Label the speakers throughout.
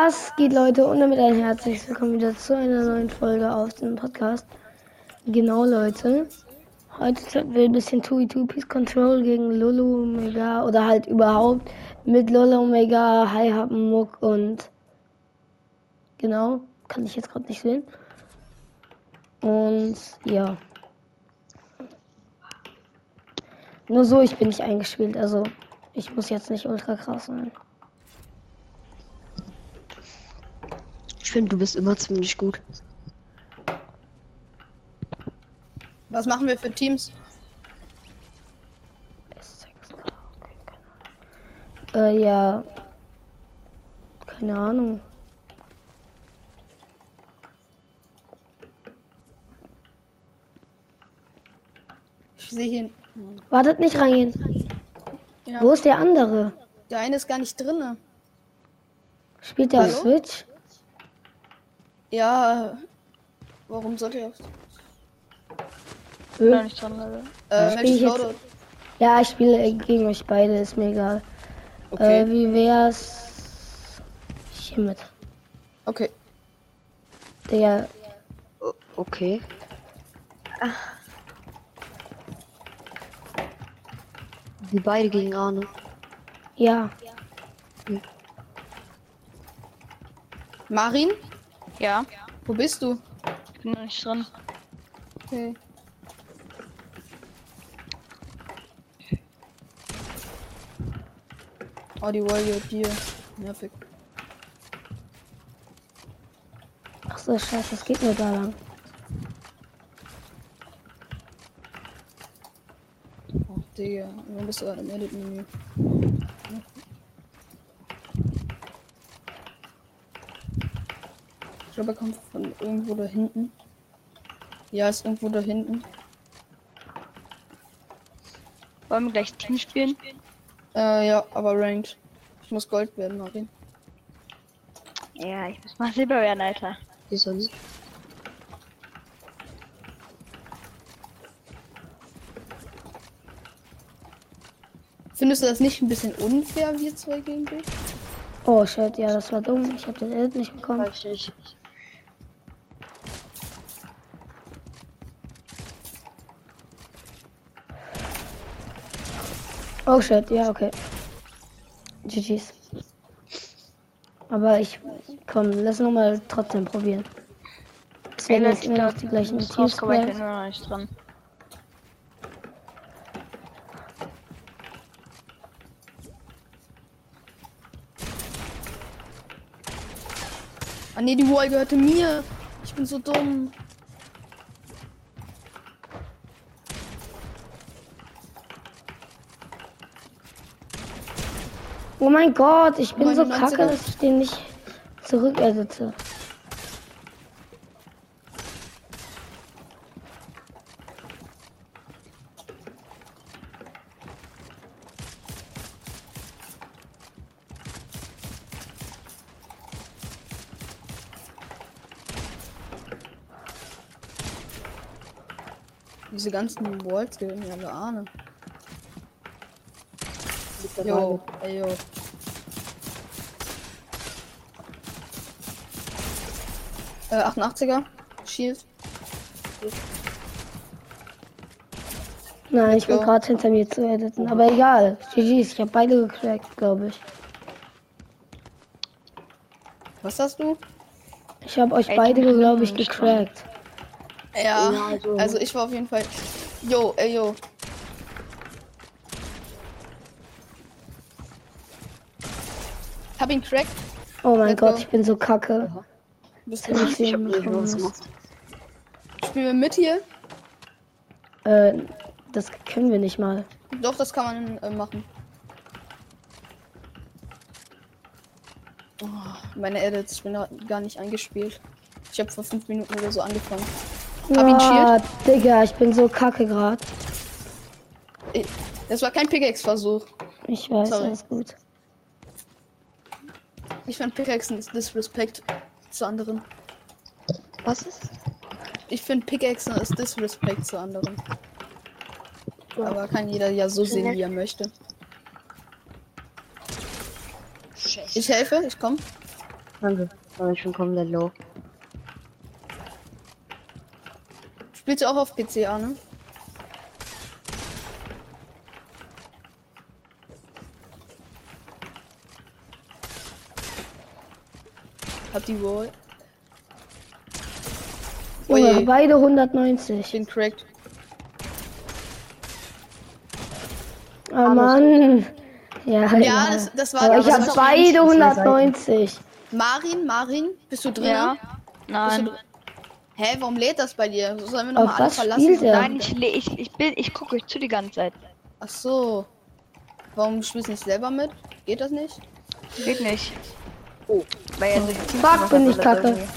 Speaker 1: Was geht, Leute? Und damit ein herzliches Willkommen wieder zu einer neuen Folge auf dem Podcast. Genau, Leute. Heute zocken wir ein bisschen 2v2 Peace Control gegen Lolo Omega oder halt überhaupt mit Lolo Omega, Hi Happen Muck und. Genau, kann ich jetzt gerade nicht sehen. Und ja. Nur so, ich bin nicht eingespielt, also ich muss jetzt nicht ultra krass sein.
Speaker 2: Ich finde, du bist immer ziemlich gut.
Speaker 3: Was machen wir für Teams?
Speaker 1: Äh, ja. Keine Ahnung.
Speaker 3: Ich sehe hier.
Speaker 1: Wartet nicht reingehen.
Speaker 3: Ja.
Speaker 1: Wo ist der andere?
Speaker 3: Der eine ist gar nicht drinne.
Speaker 1: Spielt der auf
Speaker 3: Hallo?
Speaker 1: Switch?
Speaker 3: Ja. äh, Warum sollte er?
Speaker 1: Äh, spiel
Speaker 3: Äh,
Speaker 1: ich
Speaker 3: welches
Speaker 1: jetzt-
Speaker 3: Loadout?
Speaker 1: Ja, ich spiele äh, gegen euch beide, ist mir egal. Äh,
Speaker 3: Okay.
Speaker 1: wie wär's hiermit?
Speaker 3: Okay.
Speaker 1: Der
Speaker 2: O- Okay.
Speaker 3: Ah.
Speaker 2: Wir beide gegen Arne.
Speaker 1: ja,
Speaker 3: Marin,
Speaker 4: Ja,
Speaker 3: wo bist du?
Speaker 4: ich bin noch nicht drin.
Speaker 3: Okay. Oh, die Warrior, die. Nervig.
Speaker 1: ach so scheiße, das geht nur da lang.
Speaker 3: Oh, Digga. Wo bist du gerade im Edit-Menü? Ich glaube, er kommt von irgendwo da hinten. Ja, ist irgendwo da hinten.
Speaker 4: Wollen wir gleich Team spielen?
Speaker 3: Äh, ja, aber ranked. Ich muss Gold werden, Marvin.
Speaker 4: Ja, ich muss mal Silber werden, Alter.
Speaker 2: Wieso nicht?
Speaker 3: Findest du das nicht ein bisschen unfair, wir zwei gegen dich?
Speaker 1: Oh shit, ja, das war dumm. Ich habe den Edit nicht bekommen.
Speaker 2: Weiß nicht.
Speaker 1: Oh shit, ja, okay. GG's. Aber ich, komm, lass nochmal trotzdem probieren.
Speaker 4: Ich
Speaker 1: werden jetzt immer noch die gleichen Teams
Speaker 4: rauskommen, ich bin
Speaker 1: bleiben.
Speaker 4: immer noch nicht drin.
Speaker 3: Ah ne, die Wall gehörte mir. Ich bin so dumm.
Speaker 1: Oh mein Gott, ich bin so
Speaker 3: 99er.
Speaker 1: kacke, dass ich den nicht zurückedite.
Speaker 3: Diese ganzen Walls gehören ja alle Ahne. Jo,
Speaker 2: Mittlerweile.
Speaker 3: ey, jo. Äh, 88er. Shield.
Speaker 1: Nein, ich war
Speaker 3: go.
Speaker 1: gerade hinter mir zu editen. Aber egal. GG's, ich habe beide gecrackt, glaube ich.
Speaker 3: Was hast du?
Speaker 1: Ich habe euch
Speaker 4: Ey,
Speaker 1: beide,
Speaker 4: die
Speaker 1: glaube ich,
Speaker 4: können nicht
Speaker 1: gecrackt.
Speaker 3: Ja,
Speaker 2: Ja, also-
Speaker 3: also ich war auf jeden Fall. Jo, ey, jo. Hab ihn cracked.
Speaker 1: Oh mein
Speaker 3: Let's
Speaker 1: Gott,
Speaker 3: go.
Speaker 1: ich bin so kacke.
Speaker 3: Bist du
Speaker 1: Wenn ich
Speaker 2: Ich hab
Speaker 1: den
Speaker 2: nie
Speaker 1: bekommen
Speaker 2: was
Speaker 1: muss.
Speaker 2: gemacht.
Speaker 3: Spielen wir mit hier?
Speaker 1: Äh, das können wir nicht mal.
Speaker 3: Doch, das kann man äh, machen. Oh, meine Edits, ich bin da gar nicht eingespielt. Ich habe vor fünf Minuten oder so angefangen. Hab ihn
Speaker 1: Ah, Digga, ich bin so kacke gerade.
Speaker 3: Äh, Das war kein Pickaxe-Versuch.
Speaker 1: Ich weiß,
Speaker 3: Sorry.
Speaker 1: alles gut.
Speaker 3: Ich fand Pickaxen ist Disrespect zu anderen.
Speaker 2: Was ist?
Speaker 3: Ich finde Pickaxen ist Disrespect zu anderen. Aber kann jeder ja so sehen, wie er möchte.
Speaker 2: Scheiße.
Speaker 3: Ich helfe, ich komme.
Speaker 2: Danke. Aber ich bin komplett low.
Speaker 3: Spielst du auch auf PC, Arne? Hab die Wall. Oh
Speaker 1: Junge,
Speaker 3: je,
Speaker 1: beide
Speaker 3: ich
Speaker 1: 190.
Speaker 3: bin cracked.
Speaker 1: Ah, Mann. Ja,
Speaker 3: Ja, das, das war.
Speaker 1: Aber
Speaker 3: das
Speaker 1: ich
Speaker 3: war
Speaker 1: habe
Speaker 3: schon-
Speaker 1: beide 190.
Speaker 3: Marin, Marin, bist du drin?
Speaker 4: Ja.
Speaker 3: Bist du
Speaker 4: Nein.
Speaker 3: drin? Hä, warum lädt das bei dir? Sollen wir
Speaker 1: Auf
Speaker 3: nochmal alle
Speaker 1: was spielt
Speaker 3: verlassen?
Speaker 1: er?
Speaker 4: Nein, ich, le- ich, ich bin, ich gucke zu die ganze Zeit.
Speaker 3: Ach so. Warum spielst du nicht selber mit? Geht das nicht?
Speaker 4: Geht nicht. Oh. Weil er sich Teams
Speaker 1: Fuck,
Speaker 4: gemacht
Speaker 1: bin
Speaker 4: hat
Speaker 1: ich
Speaker 4: oder
Speaker 1: kacke.
Speaker 4: irgendwie.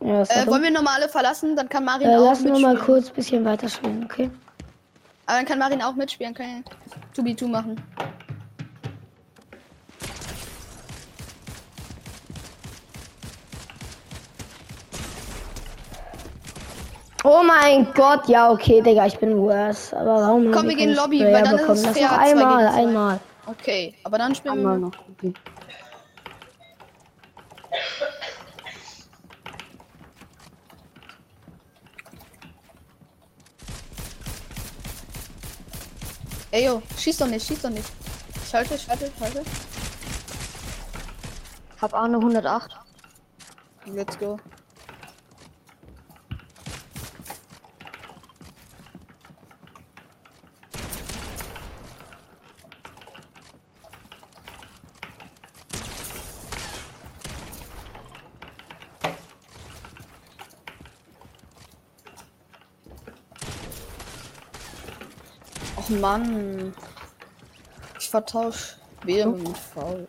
Speaker 1: Ja, ist
Speaker 3: Äh,
Speaker 1: doch
Speaker 3: wollen
Speaker 1: dumm.
Speaker 3: wir nochmal alle verlassen? Dann kann Marin
Speaker 1: äh,
Speaker 3: auch
Speaker 1: lass nur
Speaker 3: mitspielen.
Speaker 1: mal kurz ein bisschen weiterspielen, okay?
Speaker 3: Aber dann kann Marin auch mitspielen, kann ja 2B2 machen.
Speaker 1: Oh mein Gott, ja, okay, Digga, ich bin worse. Aber warum haben
Speaker 3: Komm, wir
Speaker 1: keine
Speaker 3: gehen Lobby,
Speaker 1: Sprayer
Speaker 3: weil dann ist es
Speaker 1: Lass
Speaker 3: fair,
Speaker 1: noch
Speaker 3: zwei
Speaker 1: einmal,
Speaker 3: gegen zwei.
Speaker 1: einmal.
Speaker 3: Okay, aber dann spielen
Speaker 2: Einmal
Speaker 3: wir.
Speaker 2: noch. Okay.
Speaker 3: Ey, yo, schieß doch nicht, schieß doch nicht. Schalte, schalte, schalte.
Speaker 2: Hab Arne 108.
Speaker 3: Let's go. Och Mann. Ich vertausch Bären mit Faul.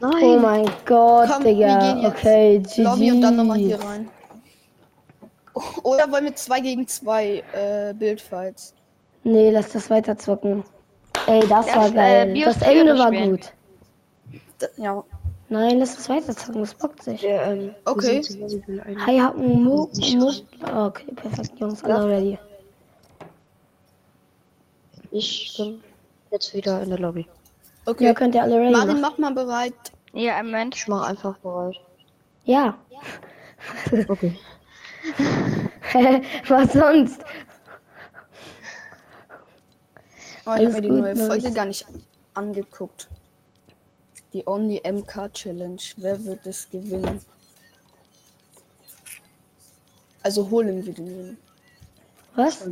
Speaker 2: Nein.
Speaker 1: Oh mein Gott,
Speaker 3: Komm, wir
Speaker 1: Digga.
Speaker 3: gehen jetzt.
Speaker 1: Okay, GG.
Speaker 3: Lobby und dann nochmal hier rein. Oder wollen wir 2 gegen 2 äh, Bildfights?
Speaker 1: Nee, lass das weiterzocken. Ey, das,
Speaker 4: Lass,
Speaker 1: war
Speaker 4: äh,
Speaker 1: geil.
Speaker 4: Bios
Speaker 1: das Ende war
Speaker 4: spielen.
Speaker 1: gut.
Speaker 3: D- Ja.
Speaker 1: Nein, lass das weiterzocken, das bockt sich.
Speaker 2: Wir, ähm,
Speaker 3: Okay.
Speaker 2: Wir sind zu Hause, ich will einen.
Speaker 1: Hi, Hacken, Mo,
Speaker 2: Ich-
Speaker 1: Mo. Okay, perfekt, Jungs, alle ready.
Speaker 2: Ich bin jetzt wieder in der Lobby.
Speaker 3: Okay.
Speaker 1: Ja, könnt ihr alle ready
Speaker 3: Marin,
Speaker 1: machen.
Speaker 3: mach mal bereit. Oh,
Speaker 4: Ja, ein Mensch.
Speaker 2: Ich mach einfach bereit.
Speaker 1: Ja.
Speaker 2: Okay.
Speaker 1: Was sonst?
Speaker 3: Oh, ich
Speaker 1: Alles
Speaker 3: habe mir die
Speaker 1: gut,
Speaker 3: neue
Speaker 1: Maris.
Speaker 3: Folge gar nicht angeguckt. Die Only MK Challenge. Wer wird es gewinnen? Also holen wir gewinnen.
Speaker 1: Was?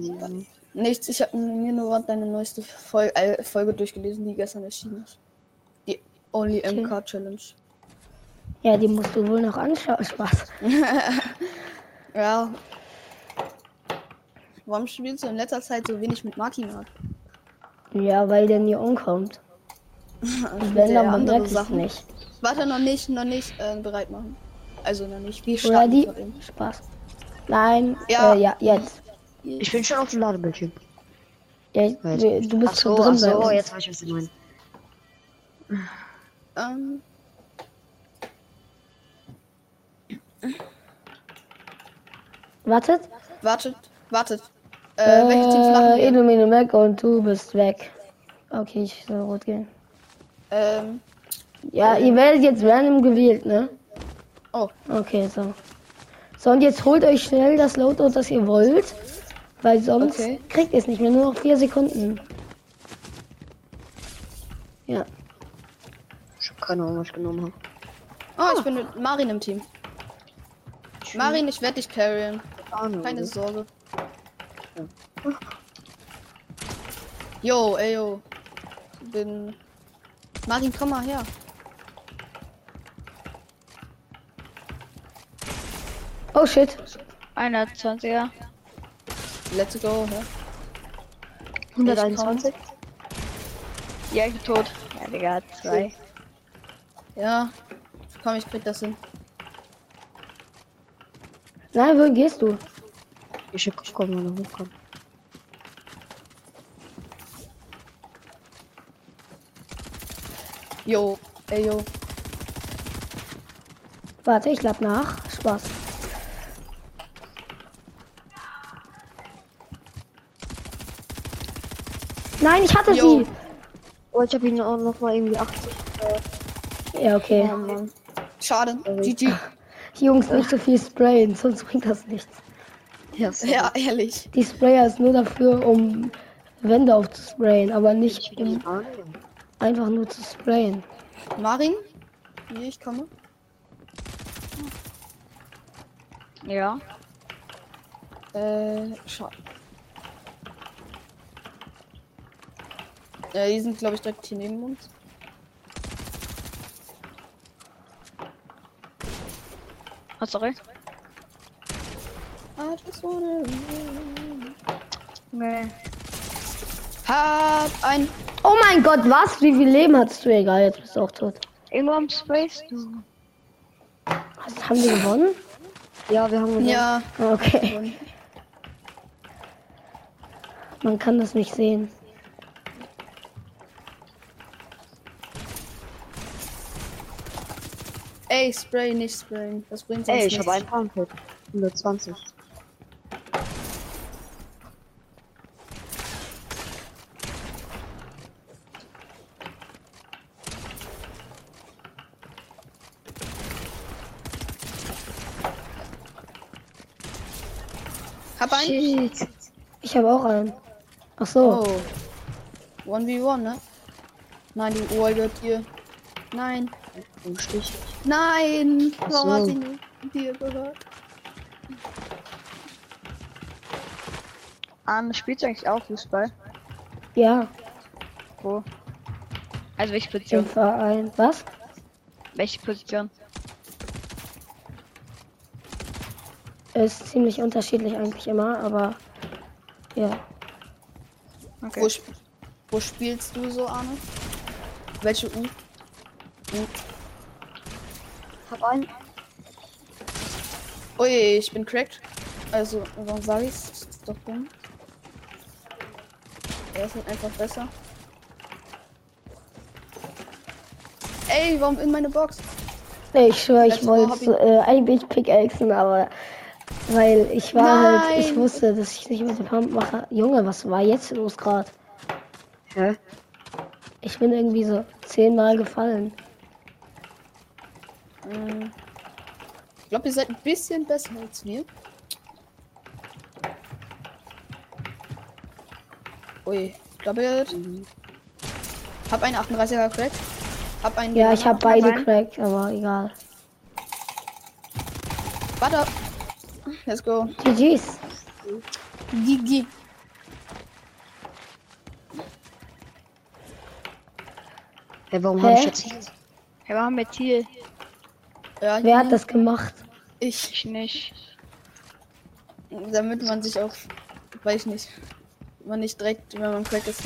Speaker 3: Nichts, ich habe mir nur deine neueste Fol äh, Folge durchgelesen, die gestern erschienen ist. Die Only
Speaker 1: Okay.
Speaker 3: MK Challenge.
Speaker 1: Ja, die musst du wohl noch anschauen. Spaß.
Speaker 3: Ja. Warum spielst du in letzter Zeit so wenig mit Äh, Makima?
Speaker 1: Ja, weil der nie umkommt.
Speaker 3: Also
Speaker 1: Wenn, dann bemerkt es nicht.
Speaker 3: Warte, noch nicht, noch nicht äh, bereit machen. Also noch nicht. Wir starten
Speaker 1: Ready?
Speaker 3: von eben.
Speaker 1: Spaß. Nein.
Speaker 3: Ja.
Speaker 1: Ja, äh, ja jetzt.
Speaker 2: Ich bin schon auf dem Ladebildschirm.
Speaker 1: Ja, ich-
Speaker 2: Wait.
Speaker 1: du bist
Speaker 2: Ach so,
Speaker 1: schon drin.
Speaker 2: ach
Speaker 1: bei
Speaker 2: so,
Speaker 1: uns.
Speaker 2: jetzt weiß ich, was du meinst.
Speaker 3: Ähm,
Speaker 1: Wartet.
Speaker 3: wartet, wartet. Äh, welche Teams machen wir?
Speaker 1: Edomino Mac und du bist weg. Okay, ich soll rot gehen.
Speaker 3: Ähm,
Speaker 1: Ja, ihr werdet jetzt random gewählt, ne?
Speaker 3: oh,
Speaker 1: Okay, so. So, und jetzt holt euch schnell das Loadout, das ihr wollt. Weil sonst
Speaker 3: Okay.
Speaker 1: kriegt ihr es nicht mehr. Nur noch vier Sekunden. Ja.
Speaker 2: Ich hab keine Ahnung, was ich genommen habe.
Speaker 3: oh, ich bin mit Marin im Team. Marin, ich werde dich carryen.
Speaker 2: Ahnung.
Speaker 3: Keine Sorge. Yo, ey, yo. Bin. Marin, komm mal her.
Speaker 1: Oh shit.
Speaker 4: 120er.
Speaker 3: Let's go, hä?
Speaker 2: 121?
Speaker 4: Ja, ich bin tot. Ja, Digga, zwei.
Speaker 3: Ja. Komm, ich krieg das hin.
Speaker 1: Nein, wohin gehst du?
Speaker 2: Ich hab gekommen, wenn er hochkommt.
Speaker 3: Yo, ey, yo.
Speaker 1: Warte, ich lad nach. Spaß. Nein, ich hatte
Speaker 3: Yo.
Speaker 2: Oh, ich hab ihn auch nochmal irgendwie 80.
Speaker 1: sie. Ja, okay.
Speaker 2: Mann.
Speaker 3: Schade. GG.
Speaker 1: Jungs, nicht so viel sprayen, sonst bringt das nichts.
Speaker 2: Ja,
Speaker 3: Ja, ehrlich.
Speaker 1: Die Sprayer ist nur dafür, um Wände aufzusprayen, aber nicht um einfach nur zu sprayen.
Speaker 3: Marin? Hier, ich komme.
Speaker 4: Ja.
Speaker 3: Äh, schade. Ja, die sind, glaube ich, direkt hier neben uns.
Speaker 4: Oh, sorry.
Speaker 3: Ah, das wurde.
Speaker 4: Nee.
Speaker 3: Hab ein.
Speaker 1: Oh mein Gott, was? Wie viel Leben hattest du? Egal, jetzt bist du auch tot.
Speaker 4: Irgendwo am Space? Du.
Speaker 1: Was, haben wir gewonnen? Ah,
Speaker 2: ja, wir haben gewonnen.
Speaker 3: Ja.
Speaker 1: Okay. Man kann das nicht sehen.
Speaker 3: Ey, spray, nicht sprayen. Das bringt sonst
Speaker 2: Ey, ich
Speaker 3: nichts.
Speaker 2: habe einen Farmfeld. 120.
Speaker 3: Hab einen.
Speaker 2: Shit.
Speaker 1: Ich habe auch einen. Ach so.
Speaker 3: Oh. 1v1, ne? Nein, die Uhr gehört dir. Nein.
Speaker 2: Ein Stich.
Speaker 3: Nein. Warum
Speaker 2: so.
Speaker 3: hat sie nicht dir gehört?
Speaker 4: Ähm, spielst du eigentlich auch Fußball?
Speaker 1: Ja,
Speaker 4: Wo? Also welche
Speaker 1: im
Speaker 4: Position?
Speaker 1: Verein. Was?
Speaker 4: Welche Position?
Speaker 1: Ist ziemlich unterschiedlich eigentlich immer, aber ja.
Speaker 4: Okay.
Speaker 3: Wo, sp wo spielst du so, Arne? Welche U? U.
Speaker 2: Hab einen.
Speaker 3: Ui, Oh ich bin cracked. Also, warum sage ich's? Ist doch dumm. Er ist halt einfach besser. Ey, warum in meine Box?
Speaker 1: Nee, Ich schwöre, ich
Speaker 3: Letztes Mal
Speaker 1: wollte äh, eigentlich pickaxen, aber weil ich war halt, ich
Speaker 3: Nein.
Speaker 1: wusste, dass ich nicht mit dem Pump mache. Junge, was war jetzt los gerade?
Speaker 2: Hä?
Speaker 1: Ich bin irgendwie so zehnmal gefallen.
Speaker 3: Hm. Ich glaube, ihr seid ein bisschen besser als wir. Ui, doppelt. Hab einen 38er Crack. Hab einen.
Speaker 1: Ja, ich habe beide
Speaker 4: rein.
Speaker 1: crackt, aber egal.
Speaker 3: Warte. Let's go.
Speaker 1: GG's.
Speaker 3: GG.
Speaker 2: Hä, warum
Speaker 1: Hä?
Speaker 2: hab ich jetzt.
Speaker 4: Hey, warum mit Thiel?
Speaker 3: Ja,
Speaker 1: Wer hat das gemacht?
Speaker 3: Ich.
Speaker 4: Ich nicht.
Speaker 3: Damit man sich auch. Weiß ich nicht. Man nicht direkt, wenn man Crack ist.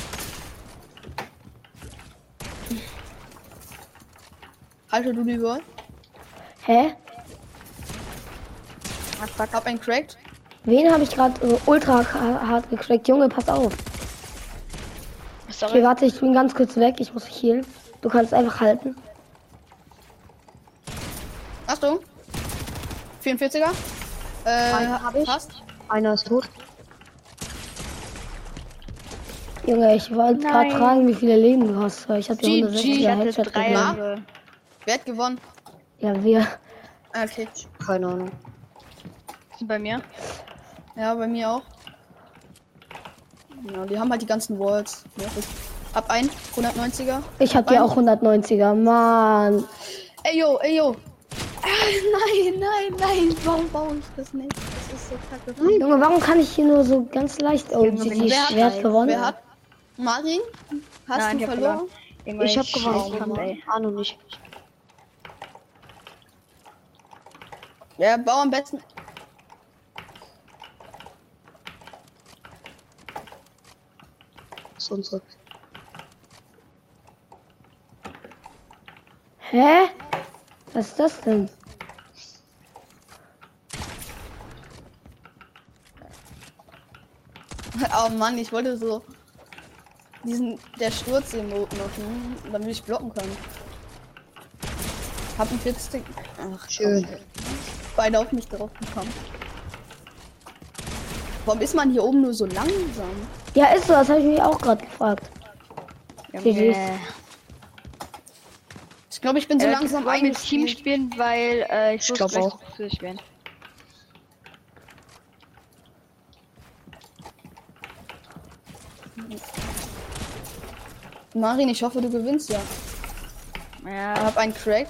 Speaker 3: Halte du die Ball.
Speaker 1: Hä?
Speaker 4: Ah, fuck.
Speaker 3: Hab einen Cracked.
Speaker 1: Wen habe ich gerade äh, ultra ha- hart gecrackt? Junge, pass auf. Okay,
Speaker 4: Sorry.
Speaker 1: warte, ich bin ganz kurz weg. Ich muss mich healen. Du kannst einfach halten.
Speaker 3: Achtung. 44er. Äh,
Speaker 2: Einen hab ich.
Speaker 3: passt.
Speaker 2: Einer ist tot.
Speaker 1: Junge, ich wollte gerade
Speaker 4: Nein.
Speaker 1: fragen, wie viele Leben du hast. weil Ich habe
Speaker 3: GG,
Speaker 1: dir 160
Speaker 3: ich
Speaker 1: er
Speaker 3: hatte
Speaker 1: Headshot
Speaker 4: drei.
Speaker 1: gegeben.
Speaker 3: Mark? Wer hat gewonnen?
Speaker 1: Ja, wir.
Speaker 3: Ah, Okay.
Speaker 2: Keine Ahnung.
Speaker 4: Sind bei mir?
Speaker 3: Ja, bei mir auch. Ja, die haben halt die ganzen Walls. Nervig. Hab einen. 190er.
Speaker 1: Ich hab dir auch 190er. Mann.
Speaker 3: Ey yo, ey yo. Ah, nein, nein, nein. Warum baue ich das nicht? Das ist so kacke.
Speaker 1: Junge, warum kann ich hier nur so ganz leicht. Oh,
Speaker 4: Junge,
Speaker 1: GG,
Speaker 4: wenn-
Speaker 1: wer
Speaker 4: wer
Speaker 1: hat
Speaker 4: hat
Speaker 1: gewonnen?
Speaker 3: Hm? Wer hat? Marin? Hast
Speaker 4: Nein,
Speaker 3: du
Speaker 4: ich hab
Speaker 3: verloren?
Speaker 4: Irgendwelche
Speaker 2: Ich hab gewonnen.
Speaker 4: Scheiße,
Speaker 2: Ey.
Speaker 4: ey.
Speaker 2: Ahnung nicht.
Speaker 3: Ja, bau am besten.
Speaker 2: Ist unsere.
Speaker 1: Hä? Was ist das denn?
Speaker 3: Oh Mann, ich wollte so diesen der Sturz im machen, damit ich blocken kann. Hab einen Blitzstick. Ach,
Speaker 2: Schön.
Speaker 3: beide auf mich drauf gekommen. Warum ist man hier oben nur so langsam?
Speaker 1: Ja, ist so, das habe ich mich auch gerade gefragt. GG's.
Speaker 4: Junge.
Speaker 3: Ich glaube, ich bin so
Speaker 4: äh,
Speaker 3: langsam
Speaker 4: wollen wir mit Team
Speaker 3: eingespielt.
Speaker 4: spielen, weil äh, ich,
Speaker 2: Ich
Speaker 4: muss
Speaker 2: glaub
Speaker 4: gleich
Speaker 2: auch.
Speaker 4: zu spielen.
Speaker 3: Marin, ich hoffe, du gewinnst ja. Ich
Speaker 4: Ja,
Speaker 3: hab einen Crack.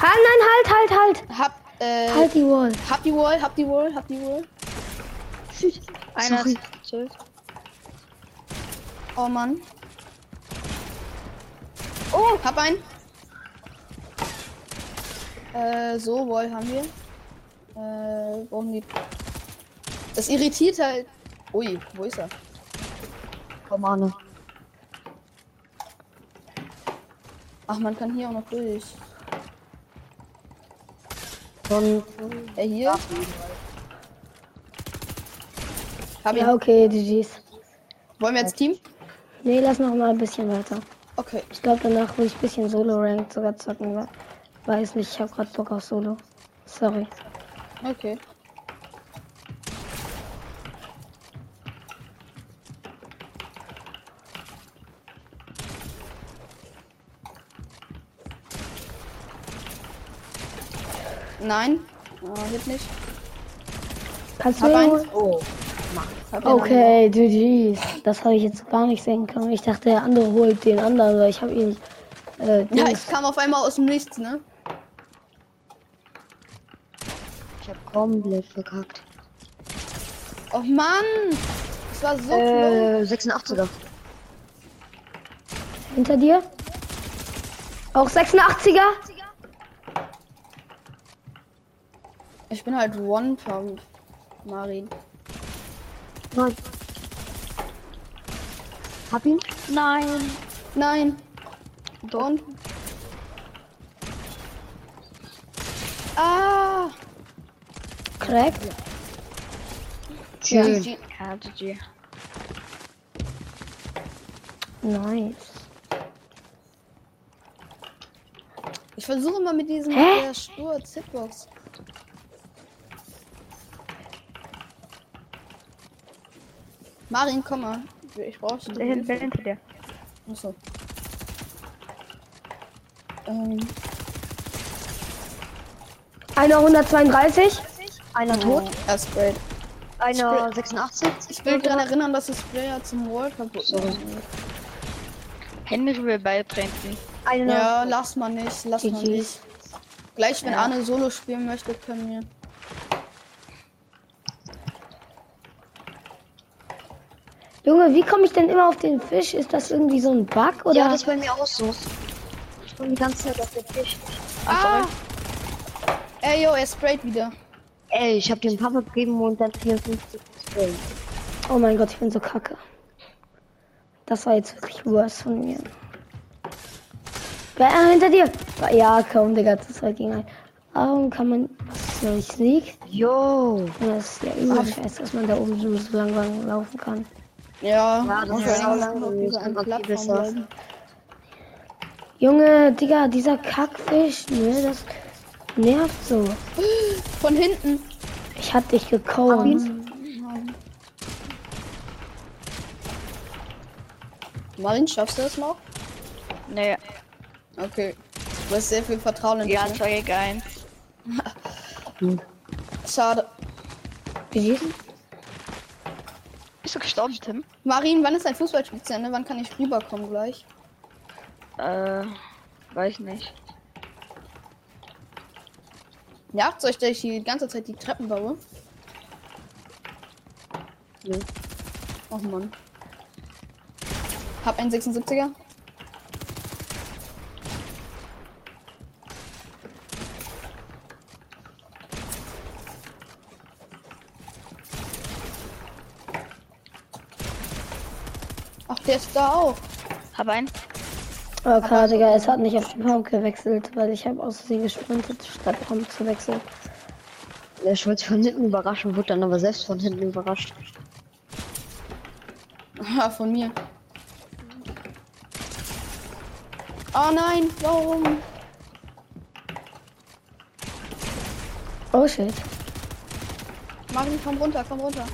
Speaker 1: Ha, nein, halt, halt, halt.
Speaker 3: Hab, äh,
Speaker 1: Halt die Wall.
Speaker 3: hab die Wall, hab die Wall, hab die Wall.
Speaker 4: einer
Speaker 2: Sorry.
Speaker 4: ist tot.
Speaker 3: Oh Mann. Oh, hab einen. Äh, so, Wall haben wir. Äh, brauchen die. Das irritiert halt. Ui, wo ist er?
Speaker 2: Romane.
Speaker 3: Ach, man kann hier auch noch durch.
Speaker 2: Von
Speaker 3: Er Äh, hier. Hab ihn.
Speaker 1: Ja, okay, GG's.
Speaker 3: Wollen wir jetzt Team?
Speaker 1: Nee, lass noch mal ein bisschen weiter.
Speaker 3: Okay.
Speaker 1: Ich glaube, danach will ich ein bisschen Solo-Ranked sogar zocken. wa- Weiß nicht, ich habe gerade Bock auf Solo. Sorry.
Speaker 3: Okay. Nein, äh, hit nicht.
Speaker 1: Kannst du
Speaker 3: Hab
Speaker 1: ihn
Speaker 3: eins. Genau.
Speaker 1: holen?
Speaker 3: Oh, Hab ihn einen.
Speaker 1: Okay, GG's. Das habe ich jetzt gar nicht sehen können. Ich dachte, der andere holt den anderen, weil ich habe ihn. Äh,
Speaker 3: Ja,
Speaker 1: Dings-
Speaker 3: ich kam auf einmal aus dem Nichts, ne?
Speaker 2: ich hab komplett verkackt.
Speaker 3: Oh Mann! Das war so close.
Speaker 2: Äh, 86er.
Speaker 1: hinter dir. Auch 86er?
Speaker 3: Ich bin halt One-Pump, Marin.
Speaker 2: Nein. Hab ihn?
Speaker 4: Nein.
Speaker 3: Nein. Und. Ah!
Speaker 1: Crack?
Speaker 4: Ja,
Speaker 2: Schön.
Speaker 4: Ja, GG.
Speaker 1: Nice.
Speaker 3: Ich versuche immer mit diesem
Speaker 1: Hä?
Speaker 3: der Sturz Hitbox. Marin, komm mal. Ich brauche dich.
Speaker 4: Der hinter, hinter dir.
Speaker 3: Achso. Ähm,
Speaker 1: Einer 132?
Speaker 2: Einer tot.
Speaker 3: er ist äh, Spray.
Speaker 2: Einer 86.
Speaker 3: Ich will daran erinnern, dass das Player zum World kaputt ist.
Speaker 4: Henry will beitreten. Genau.
Speaker 2: Einer.
Speaker 3: Ja, lass mal nicht, lass mal
Speaker 1: GG's.
Speaker 3: nicht. Gleich, wenn
Speaker 4: Ja.
Speaker 3: Arne Solo spielen möchte, können wir.
Speaker 1: Junge, wie komme ich denn immer auf den Fisch? Ist das irgendwie so ein Bug oder?
Speaker 2: Ja, das ist bei mir auch so. Ich bin die ganze Zeit auf der Tisch.
Speaker 3: Ah! Ey, yo, er sprayt wieder.
Speaker 2: Ey, ich hab den Papa gegeben und dann 54 Spray.
Speaker 1: oh mein Gott, ich bin so kacke. Das war jetzt wirklich worse von mir. Wer ah, hinter dir? Ja, komm, Digga, das war gegen ein. Warum kann man. Was ist noch nicht Sneak?
Speaker 2: Yo.
Speaker 1: Ja, Das ist ja übel scheiße, dass man da oben so so langsam laufen kann.
Speaker 3: Ja,
Speaker 2: Ja, das
Speaker 3: okay.
Speaker 2: ist auch
Speaker 3: Auf
Speaker 2: langweilig.
Speaker 3: dieser einen
Speaker 2: Kann man viel
Speaker 3: Plattform
Speaker 2: besser.
Speaker 3: bleiben.
Speaker 1: Junge, Digga, dieser Kackfisch, ne? Das nervt so.
Speaker 3: Von hinten.
Speaker 1: Ich hab dich gekommen.
Speaker 3: Marin, schaffst du das noch?
Speaker 4: Nee,
Speaker 3: Okay. Du hast sehr viel Vertrauen in dich.
Speaker 4: ja,
Speaker 3: ne?
Speaker 4: 2 gegen 1.
Speaker 3: Schade.
Speaker 4: Bist du gestorben, Tim?
Speaker 3: Marin, wann ist dein Fußballspiel zu Ende? Wann kann ich rüberkommen gleich?
Speaker 4: Äh, weiß nicht.
Speaker 3: Nervt euch, dass ich die ganze Zeit die Treppen baue?
Speaker 2: Nö.
Speaker 3: Oh Mann. Hab einen 76er. Ach, der ist da auch.
Speaker 4: Hab einen.
Speaker 1: Oh, klar, Digga, es hat nicht auf den Pump gewechselt, weil ich habe aus Versehen gesprintet, statt Pump zu wechseln.
Speaker 2: Ich wollte von hinten überraschen, wurde dann aber selbst von hinten überrascht.
Speaker 3: Aha, von mir. Oh nein, warum?
Speaker 1: Oh shit.
Speaker 3: Marin, komm runter, komm runter.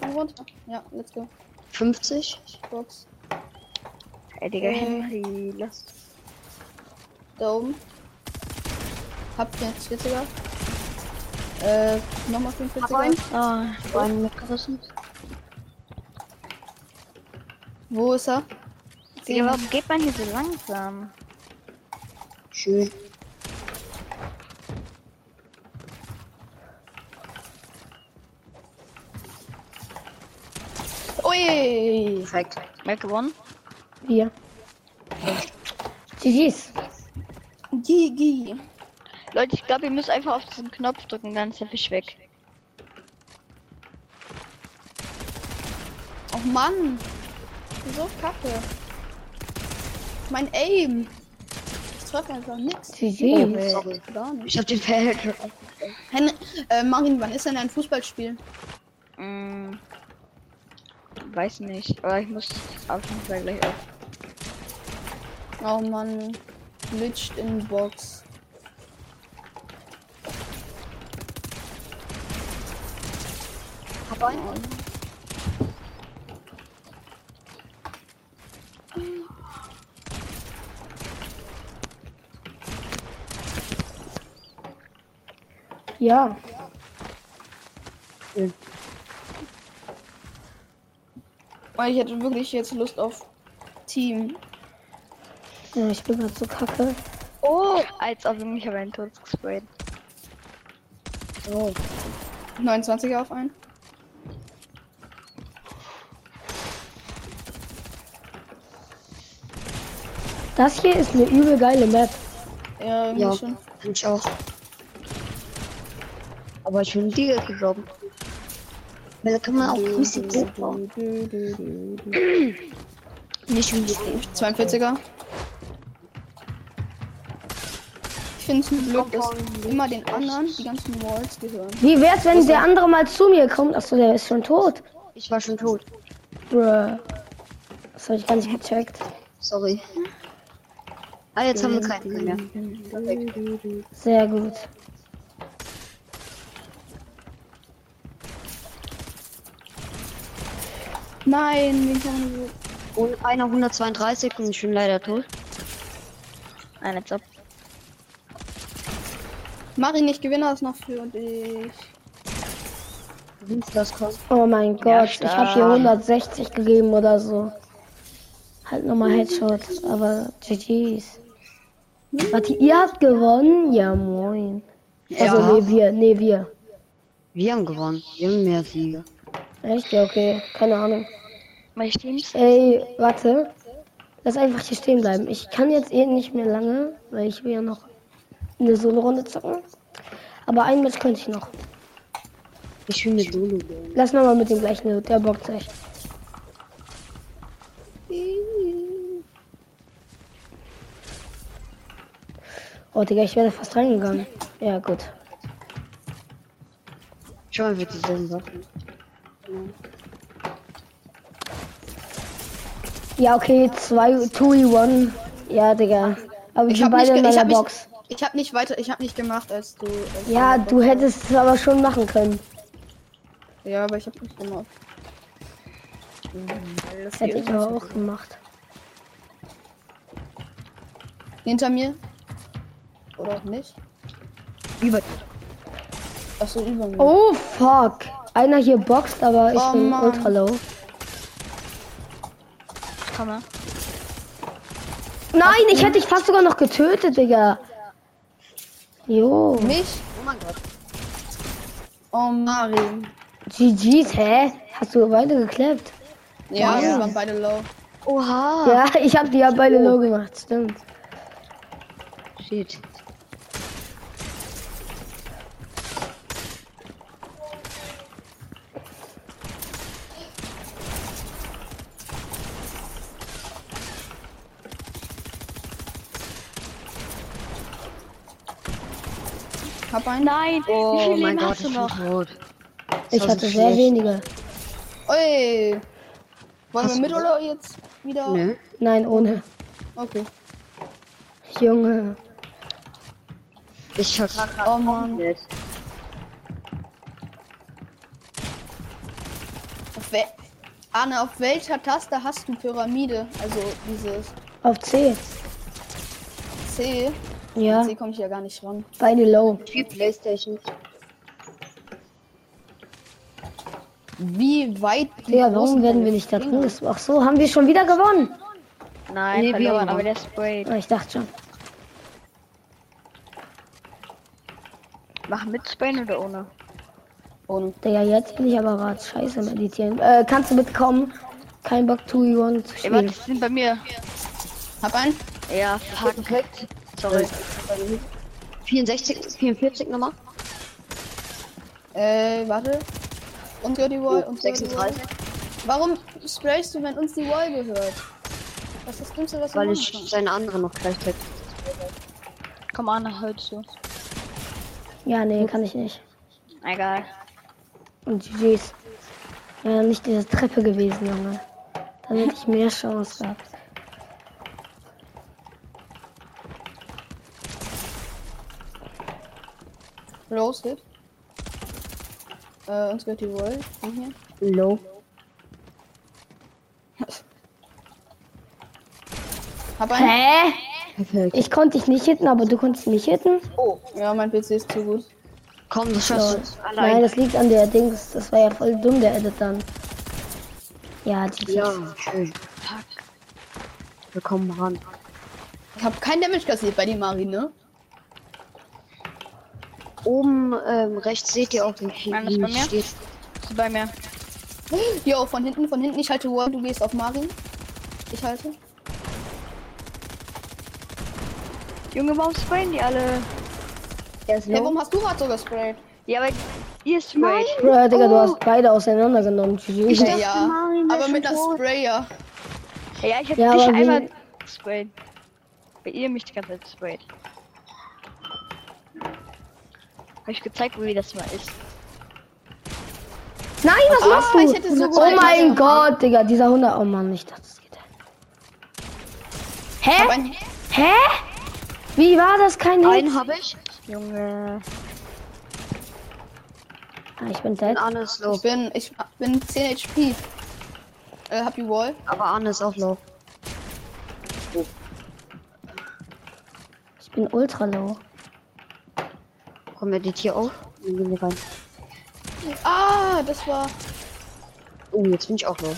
Speaker 3: Komm runter. Ja, let's go.
Speaker 2: 50?
Speaker 3: Box.
Speaker 4: Ey, Digga,
Speaker 3: Äh.
Speaker 4: Henry, lass.
Speaker 3: Da oben. Hab den 40er. Äh, nochmal 45er.
Speaker 4: Oh,
Speaker 2: Einen mitgerissen.
Speaker 3: Wo ist er?
Speaker 4: Digga, warum geht man hier so langsam?
Speaker 2: Schön.
Speaker 3: Ui!
Speaker 2: Perfekt.
Speaker 4: Wer gewonnen?
Speaker 1: Wir. GG's.
Speaker 3: GG.
Speaker 4: Leute, ich glaube, ihr müsst einfach auf diesen Knopf drücken, dann ist der Fisch weg.
Speaker 3: Oh Mann. So kacke. Mein Aim. Ich treffe einfach nix.
Speaker 1: GG.
Speaker 2: Oh, Sorry.
Speaker 3: Gar nicht.
Speaker 2: Ich hab den Feld.
Speaker 3: Henry, äh, Marin, wann ist denn ein Fußballspiel?
Speaker 4: Mm, weiß nicht, aber ich muss auf jeden Fall gleich auf.
Speaker 3: Oh Mann. Glitched in Box.
Speaker 2: Hab einen.
Speaker 1: Ja.
Speaker 3: Weil ich hätte wirklich jetzt Lust auf Team.
Speaker 1: ja. Ich bin grad so kacke.
Speaker 4: Oh! Als ob ich mich aber einen Tod gesprayt.
Speaker 2: Oh.
Speaker 3: 29er auf einen.
Speaker 1: Das hier ist eine übel geile Map.
Speaker 3: Ja, irgendwie
Speaker 2: Ja,
Speaker 3: Ähm, schon.
Speaker 2: find ich auch. Aber ich bin Liga geglaubt. Weil da kann man auch Grüße bauen. Nicht wie die
Speaker 3: 42er. Ich finde es nur blöd, dass immer den anderen die ganzen Walls gehören.
Speaker 1: Wie wär's, wenn der andere mal zu mir kommt? Achso, der ist schon tot.
Speaker 2: Ich war schon tot.
Speaker 1: Bruh. Das habe ich gar nicht gecheckt.
Speaker 2: Sorry. Ah, jetzt haben wir keinen mehr.
Speaker 1: Sehr gut.
Speaker 3: Nein, wen kann man so.
Speaker 2: Und einer 132 und ich bin leider tot.
Speaker 4: Nein, als ob.
Speaker 3: Marin, ich gewinne das noch für dich.
Speaker 2: Gewinnst du das kommt.
Speaker 1: Oh mein
Speaker 4: Ja,
Speaker 1: Gott, ich habe hier 160 gegeben oder so. Halt nochmal Headshot, aber GG's. Warte, ihr habt gewonnen? Ja, moin. Also,
Speaker 2: Ja.
Speaker 1: nee, wir, nee, wir.
Speaker 2: Wir haben gewonnen. Wir haben mehr Siege.
Speaker 1: Echt? Ja, okay. Keine Ahnung.
Speaker 4: Mein Teams?
Speaker 1: Ey, warte. Lass einfach hier stehen bleiben. Ich kann jetzt eh nicht mehr lange, weil ich will ja noch eine Solo-Runde zocken. Aber ein Match könnte ich noch.
Speaker 2: Ich bin mit Lulu gehen.
Speaker 1: Lass nochmal mit dem gleichen, Loot, der bockt euch. Oh, Digga, ich wäre da fast reingegangen. Ja, gut.
Speaker 2: Schau mal, wie dieselben Sachen.
Speaker 1: Ja, okay, 2, 2, 1. Ja, Digga. Aber die
Speaker 3: hab
Speaker 1: beide
Speaker 3: nicht
Speaker 1: in
Speaker 3: ge-
Speaker 1: meiner
Speaker 3: ich hab nicht-
Speaker 1: Box.
Speaker 3: Ich habe nicht weiter, ich habe nicht gemacht, als du. Als
Speaker 1: Ja,
Speaker 3: du-
Speaker 1: du hättest es aber schon machen können.
Speaker 3: Ja, aber ich habe nicht gemacht.
Speaker 1: Hätte ich aber auch gemacht.
Speaker 3: Hinter mir? Oder auch nicht?
Speaker 2: Über
Speaker 3: Ach so über mir.
Speaker 1: Oh, fuck. Einer hier boxt, aber ich
Speaker 3: Oh,
Speaker 1: bin
Speaker 3: Mann.
Speaker 1: ultra low.
Speaker 4: Komm mal.
Speaker 1: Nein, ich hätte dich fast sogar noch getötet, Digga. Jo.
Speaker 3: Mich?
Speaker 2: Oh mein Gott.
Speaker 3: Oh, Marin.
Speaker 1: GG's, hä? Hast du beide geklappt?
Speaker 3: Ja, wir waren beide low.
Speaker 2: Oha.
Speaker 1: Ja, ich hab die ja beide low gemacht, stimmt.
Speaker 2: Shit.
Speaker 3: Hab einen.
Speaker 4: Nein! Wie
Speaker 2: Oh
Speaker 4: viel
Speaker 2: mein
Speaker 4: Leben
Speaker 2: Gott,
Speaker 4: hast
Speaker 2: ich
Speaker 4: du
Speaker 2: bin
Speaker 4: noch?
Speaker 2: tot.
Speaker 1: Ich
Speaker 2: war so
Speaker 1: hatte sehr
Speaker 2: schlecht.
Speaker 1: wenige.
Speaker 3: Ey! Wollen
Speaker 2: Hast
Speaker 3: wir mit
Speaker 2: du-
Speaker 3: oder jetzt wieder?
Speaker 2: Nö.
Speaker 1: Nein, ohne.
Speaker 3: Okay.
Speaker 1: Junge.
Speaker 2: Ich vertrag
Speaker 3: Oh Mann.
Speaker 2: nicht.
Speaker 3: Wer, Arne, auf welcher Taste hast du Pyramide? Also dieses
Speaker 1: Auf C.
Speaker 3: C.
Speaker 1: Ja,
Speaker 3: Mit C komme ich ja gar nicht ran.
Speaker 1: beide low.
Speaker 2: Wie Playstation.
Speaker 3: Wie weit. die
Speaker 1: Ja, warum
Speaker 3: großen
Speaker 1: werden wir
Speaker 3: Teile
Speaker 1: nicht da drin
Speaker 3: springen?
Speaker 1: ges- Ach so, haben wir schon wieder gewonnen?
Speaker 4: Nein,
Speaker 2: Nee, wir
Speaker 4: verloren,
Speaker 2: haben-
Speaker 4: aber der Spray.
Speaker 1: Ah, Ich dachte schon.
Speaker 4: Mach mit Spray oder ohne?
Speaker 3: Ohne.
Speaker 1: Digga, jetzt bin ich aber rat. Scheiße, meditieren. Äh, kannst du mitkommen? Kein Bock, 2v1 zu
Speaker 4: Ey,
Speaker 1: spielen.
Speaker 4: warte, die sind bei mir.
Speaker 3: Hab einen.
Speaker 4: Ja, fuck.
Speaker 2: Perfekt. Sorry. 64, 44 nochmal.
Speaker 3: Äh, warte. Und gehört die Wall.
Speaker 2: Oh,
Speaker 3: und gehört die
Speaker 2: 36.
Speaker 3: Wall. Warum sprayst du, wenn uns die Wall gehört? Das ist das Dümmste, was
Speaker 2: Weil
Speaker 3: du
Speaker 2: ich
Speaker 3: machen
Speaker 2: seine andere noch gleich hätte.
Speaker 4: Komm an, holst du.
Speaker 1: Ja, nee, kann ich nicht.
Speaker 4: Egal.
Speaker 1: Und GG's. Ja, nicht diese Treppe gewesen, Junge. Dann hätte ich mehr Chance gehabt.
Speaker 3: kannst. Los, hit. Äh, uns gehört die Wall. Die hier.
Speaker 2: Low.
Speaker 3: Hab einen.
Speaker 2: Perfekt.
Speaker 1: Ich konnte dich nicht hitten, aber du konntest mich hitten.
Speaker 3: Oh. Ja, mein PC ist zu gut.
Speaker 2: Komm, das schaffst du.
Speaker 1: Nein,
Speaker 2: Allein.
Speaker 1: das liegt an der Dings. Das war ja voll dumm, der Edit dann. Ja, GG's.
Speaker 2: Ja, schön.
Speaker 4: Fuck.
Speaker 2: Wir kommen ran.
Speaker 3: Ich hab kein Damage kassiert bei dem Mari, ne?
Speaker 2: Oben ähm, rechts seht ihr auch den
Speaker 4: Nein, das ist bei mir.
Speaker 2: steht.
Speaker 4: Ist bei mir.
Speaker 3: Jo, von hinten, von hinten. Ich halte Wall, du gehst auf Mari. Ich halte.
Speaker 4: Junge, warum sprayen die alle?
Speaker 2: Er ist
Speaker 3: Hey, warum hast du gerade so gesprayt?
Speaker 4: Ja, aber ihr sprayt.
Speaker 1: Bro, Digga, du hast beide auseinandergenommen. GG's.
Speaker 3: Ja, ja.
Speaker 2: Mari wär
Speaker 3: aber
Speaker 2: schon
Speaker 3: mit der
Speaker 2: tot.
Speaker 3: Sprayer.
Speaker 4: Ja, ich hab
Speaker 1: Ja,
Speaker 4: dich
Speaker 1: aber wir-
Speaker 4: einmal gesprayt. Bei ihr mich die ganze Zeit gesprayt. Hab ich gezeigt, wie das mal ist.
Speaker 1: Nein, was
Speaker 3: Ah,
Speaker 1: machst du?
Speaker 3: ich hätte so
Speaker 1: oh
Speaker 3: gut-
Speaker 1: mein Gott, Digga, dieser Hunde. Oh Mann, ich dachte, das geht.
Speaker 3: Hab
Speaker 1: Hä?
Speaker 3: einen.
Speaker 1: Hä? Wie war das kein Hit?
Speaker 2: Einen habe ich.
Speaker 4: Junge.
Speaker 1: Ah, ich bin dead.
Speaker 2: Und Arne ist
Speaker 3: Ich
Speaker 2: low.
Speaker 3: bin, ich bin 10 HP. Äh, hab die Wall.
Speaker 2: Aber Arne ist auch low.
Speaker 1: Ich bin ultra low.
Speaker 2: Komm, wir die Tür auf. Dann gehen wir rein.
Speaker 3: Ah, das war.
Speaker 2: Oh, jetzt bin ich auch low.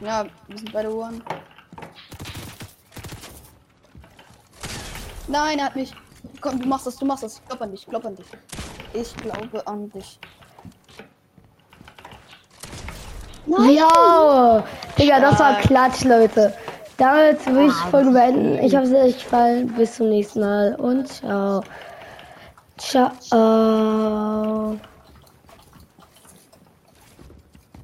Speaker 3: Ja, wir sind beide One. Nein, er hat mich. Komm, du machst das, du machst das. Ich glaub an dich, ich glaub an dich. Ich glaube an dich.
Speaker 1: Ja, Digga, das war Klatsch, Leute. Damit will ich die Folge beenden. Ich hoffe, es hat euch gefallen. Bis zum nächsten Mal und ciao. Ciao.